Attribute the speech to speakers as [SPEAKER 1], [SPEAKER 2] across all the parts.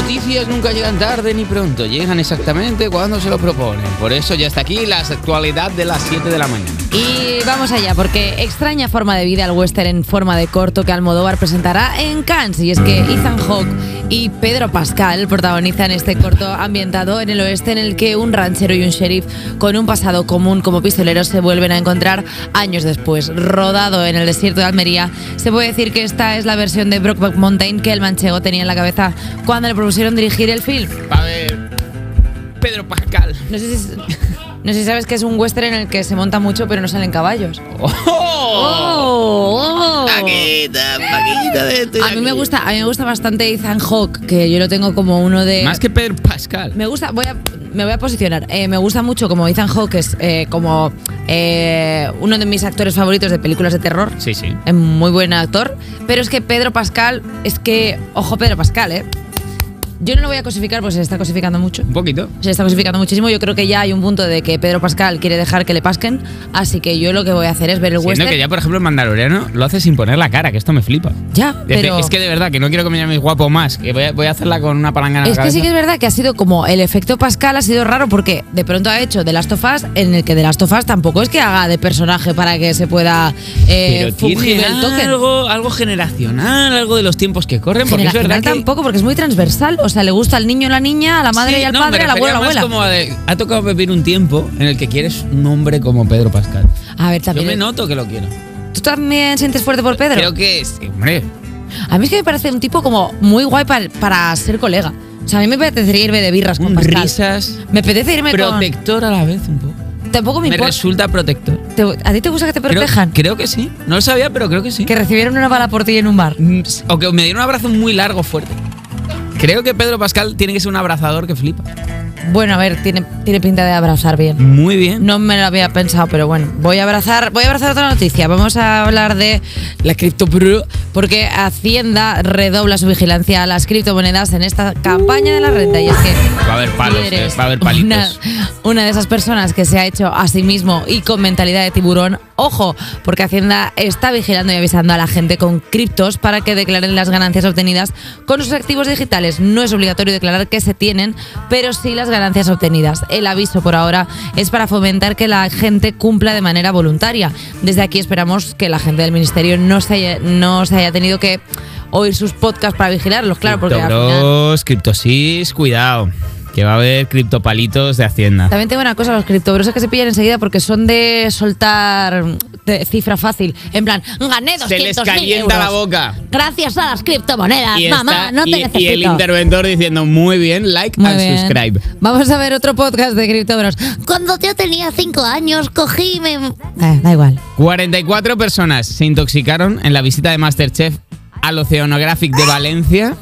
[SPEAKER 1] noticias nunca llegan tarde ni pronto, llegan exactamente cuando se lo proponen. Por eso ya está aquí la actualidad de las 7 de la mañana.
[SPEAKER 2] Y vamos allá, porque extraña forma de vida al western en forma de corto que Almodóvar presentará en Cannes. Y es que Ethan Hawke y Pedro Pascal protagonizan este corto ambientado en el oeste en el que un ranchero y un sheriff con un pasado común como pistoleros se vuelven a encontrar años después. Rodado en el desierto de Almería, se puede decir que esta es la versión de Brockback Mountain que el manchego tenía en la cabeza cuando le propusieron dirigir el film.
[SPEAKER 1] A ver, Pedro Pascal.
[SPEAKER 2] No sé si, es- no sé si sabes que es un western en el que se monta mucho pero no salen caballos. ¡Oh!
[SPEAKER 1] Paquita, Paquita de esto y
[SPEAKER 2] A mí me
[SPEAKER 1] aquello.
[SPEAKER 2] gusta, a mí me gusta bastante Ethan Hawke, que yo lo tengo como uno de
[SPEAKER 1] Más que Pedro Pascal.
[SPEAKER 2] me gusta, voy a, me voy a posicionar. Eh, me gusta mucho como Ethan Hawke, que es eh, como eh, uno de mis actores favoritos de películas de terror.
[SPEAKER 1] Sí, sí.
[SPEAKER 2] Es muy buen actor. Pero es que Pedro Pascal, es que, ojo Pedro Pascal, ¿eh? Yo no lo voy a cosificar porque se le está cosificando mucho.
[SPEAKER 1] Un poquito.
[SPEAKER 2] Se le está cosificando muchísimo. Yo creo que ya hay un punto de que Pedro Pascal quiere dejar que le pasquen. Así que yo lo que voy a hacer es ver el
[SPEAKER 1] Siendo
[SPEAKER 2] western.
[SPEAKER 1] que ya, por ejemplo, el mandaloriano lo hace sin poner la cara, que esto me flipa.
[SPEAKER 2] Ya,
[SPEAKER 1] Dice,
[SPEAKER 2] pero...
[SPEAKER 1] Es que de verdad, que no quiero que me llaméis guapo más, que voy a, voy a hacerla con una palangana.
[SPEAKER 2] Es que sí que es verdad que ha sido como el efecto Pascal ha sido raro porque de pronto ha hecho The Last of Us en el que The Last of Us tampoco es que haga de personaje para que se pueda eh,
[SPEAKER 1] Pero tiene
[SPEAKER 2] fungir el token.
[SPEAKER 1] algo, algo generacional, algo de los tiempos que corren, porque es verdad
[SPEAKER 2] Generacional
[SPEAKER 1] que...
[SPEAKER 2] tampoco porque es muy transversal, o sea, le gusta al niño, la niña, a la madre
[SPEAKER 1] Sí,
[SPEAKER 2] y al
[SPEAKER 1] no, me
[SPEAKER 2] padre, al abuelo,
[SPEAKER 1] refería
[SPEAKER 2] a la
[SPEAKER 1] más
[SPEAKER 2] abuela.
[SPEAKER 1] como a de- ha tocado vivir un tiempo en el que quieres un hombre como Pedro Pascal.
[SPEAKER 2] A ver, eh.
[SPEAKER 1] Yo me
[SPEAKER 2] también.
[SPEAKER 1] noto que lo quiero.
[SPEAKER 2] ¿Tú también sientes fuerte por Pedro?
[SPEAKER 1] Creo que es, hombre,
[SPEAKER 2] A mí es que me parece un tipo como muy guay pa- para ser colega. O sea, a mí me apetecería irme de birras con
[SPEAKER 1] un
[SPEAKER 2] Pascal.
[SPEAKER 1] risas,
[SPEAKER 2] Me apetece irme con.
[SPEAKER 1] protector a la vez un poco.
[SPEAKER 2] Tampoco me,
[SPEAKER 1] Me
[SPEAKER 2] importa.
[SPEAKER 1] resulta protector.
[SPEAKER 2] Te- ¿A ti te gusta que te
[SPEAKER 1] Creo,
[SPEAKER 2] protejan?
[SPEAKER 1] creo que sí. No lo sabía, pero creo que sí.
[SPEAKER 2] Que recibieron una bala por ti en un bar.
[SPEAKER 1] Mm, O que me dieron un abrazo muy largo, fuerte. Creo que Pedro Pascal tiene que ser un abrazador que flipa.
[SPEAKER 2] Bueno, a ver, tiene, tiene pinta de abrazar bien.
[SPEAKER 1] Muy bien.
[SPEAKER 2] No me lo había pensado, pero bueno, voy a abrazar, voy a abrazar otra noticia. Vamos a hablar de la cripto porque Hacienda redobla su vigilancia a las criptomonedas en esta campaña de la renta y es que
[SPEAKER 1] Va a haber palos,
[SPEAKER 2] si eres
[SPEAKER 1] eh, va a haber palitos.
[SPEAKER 2] Una, una de esas personas que se ha hecho a sí mismo y con mentalidad de tiburón, ojo, porque Hacienda está vigilando y avisando a la gente con criptos para que declaren las ganancias obtenidas con sus activos digitales. No es obligatorio declarar que se tienen, pero sí las ganancias obtenidas. El aviso por ahora es para fomentar que la gente cumpla de manera voluntaria. Desde aquí esperamos que la gente del ministerio no se haya, no se haya tenido que oír sus podcasts para vigilarlos, claro, porque al final...
[SPEAKER 1] Criptobros, criptosis, cuidado. Que va a haber criptopalitos de Hacienda.
[SPEAKER 2] También tengo una cosa, los criptobros es que se pillan enseguida porque son de soltar mm, de cifra fácil. En plan, gané 200
[SPEAKER 1] Se les calienta la boca.
[SPEAKER 2] Gracias a las criptomonedas,
[SPEAKER 1] Y
[SPEAKER 2] Ah, mamá,
[SPEAKER 1] está-
[SPEAKER 2] no te
[SPEAKER 1] y-
[SPEAKER 2] necesito.
[SPEAKER 1] y el interventor diciendo muy bien, like
[SPEAKER 2] Muy
[SPEAKER 1] and
[SPEAKER 2] bien.
[SPEAKER 1] subscribe.
[SPEAKER 2] Vamos a ver otro podcast de criptobros.
[SPEAKER 3] Cuando yo tenía cinco años, cogí y me...
[SPEAKER 2] Eh, da igual.
[SPEAKER 1] 44 personas se intoxicaron en la visita de Masterchef al Oceanographic de Valencia.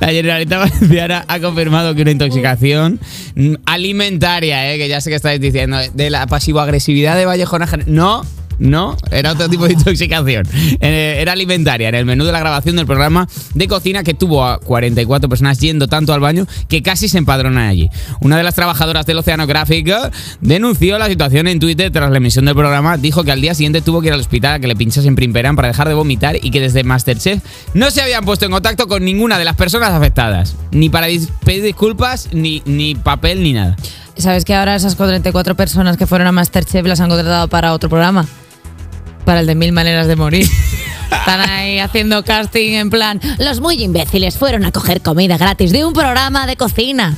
[SPEAKER 1] La Generalitat Valenciana ha confirmado que una intoxicación mm, alimentaria, eh, que ya sé que estáis diciendo, de la pasivo-agresividad de Vallejona. Gen- No, no, era otro tipo de intoxicación. Eh, Era alimentaria, en el menú de la grabación del programa de cocina que tuvo a 44 personas yendo tanto al baño que casi se empadronan allí. Una de las trabajadoras del Oceanográfico denunció la situación en Twitter tras la emisión del programa. Dijo que al día siguiente tuvo que ir al hospital a que le pinchasen primperán para dejar de vomitar y que desde Masterchef no se habían puesto en contacto con ninguna de las personas afectadas. Ni para dis- pedir disculpas, ni, ni papel, ni nada.
[SPEAKER 2] ¿Sabes que ahora esas 44 personas que fueron a Masterchef las han contratado para otro programa? Para el de Mil Maneras de Morir. Están ahí haciendo casting en plan, los muy imbéciles fueron a coger comida gratis de un programa de cocina.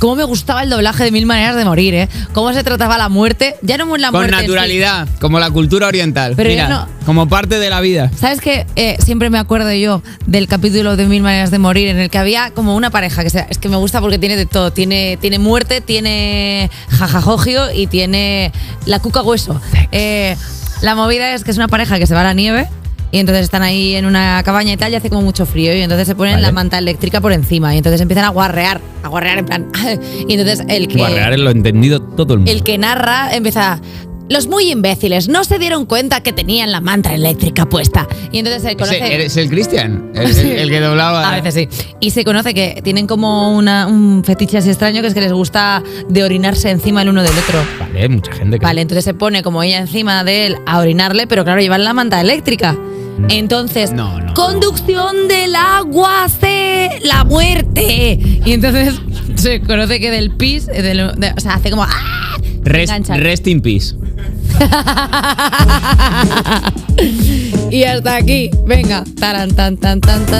[SPEAKER 2] Cómo me gustaba el doblaje de Mil Maneras de Morir, ¿eh? Cómo se trataba la muerte. Ya no la
[SPEAKER 1] Con
[SPEAKER 2] muerte. en sí.
[SPEAKER 1] naturalidad, como la cultura oriental.
[SPEAKER 2] Pero
[SPEAKER 1] Mira,
[SPEAKER 2] yo no-
[SPEAKER 1] como parte de la vida.
[SPEAKER 2] ¿Sabes qué? Eh, siempre me acuerdo yo del capítulo de Mil Maneras de Morir, en el que había como una pareja, que se- es que me gusta porque tiene de todo. Tiene, tiene muerte, tiene jajajogio y tiene la cuca hueso. Eh, la movida es que es una pareja que se va a la nieve. Y entonces están ahí en una cabaña y tal, y hace como mucho frío. Y entonces se ponen
[SPEAKER 1] Vale.
[SPEAKER 2] la manta eléctrica por encima. Y entonces empiezan a guarrear, a guarrear en plan. y entonces el que.
[SPEAKER 1] Guarrear lo entendido todo el mundo.
[SPEAKER 2] El que narra empieza. Los muy imbéciles no se dieron cuenta que tenían la manta eléctrica puesta. Y entonces se conoce.
[SPEAKER 1] Ese- ¿Eres ¿eh? el Cristian? El, el- el que doblaba.
[SPEAKER 2] A veces sí. Y se conoce que tienen como una- un fetiche así extraño que es que les gusta de orinarse encima el uno del otro.
[SPEAKER 1] Vale, mucha gente que.
[SPEAKER 2] Vale, entonces se pone como ella encima de él a orinarle, pero claro, llevan la manta eléctrica. Entonces,
[SPEAKER 1] No, no,
[SPEAKER 2] conducción del agua hace la muerte. Y entonces se conoce que del pis, del- de- o sea, hace como ¡ah!
[SPEAKER 1] Rest,
[SPEAKER 2] engancha.
[SPEAKER 1] rest in peace.
[SPEAKER 2] Y hasta aquí, venga, taran, tan, tan, tan, tan.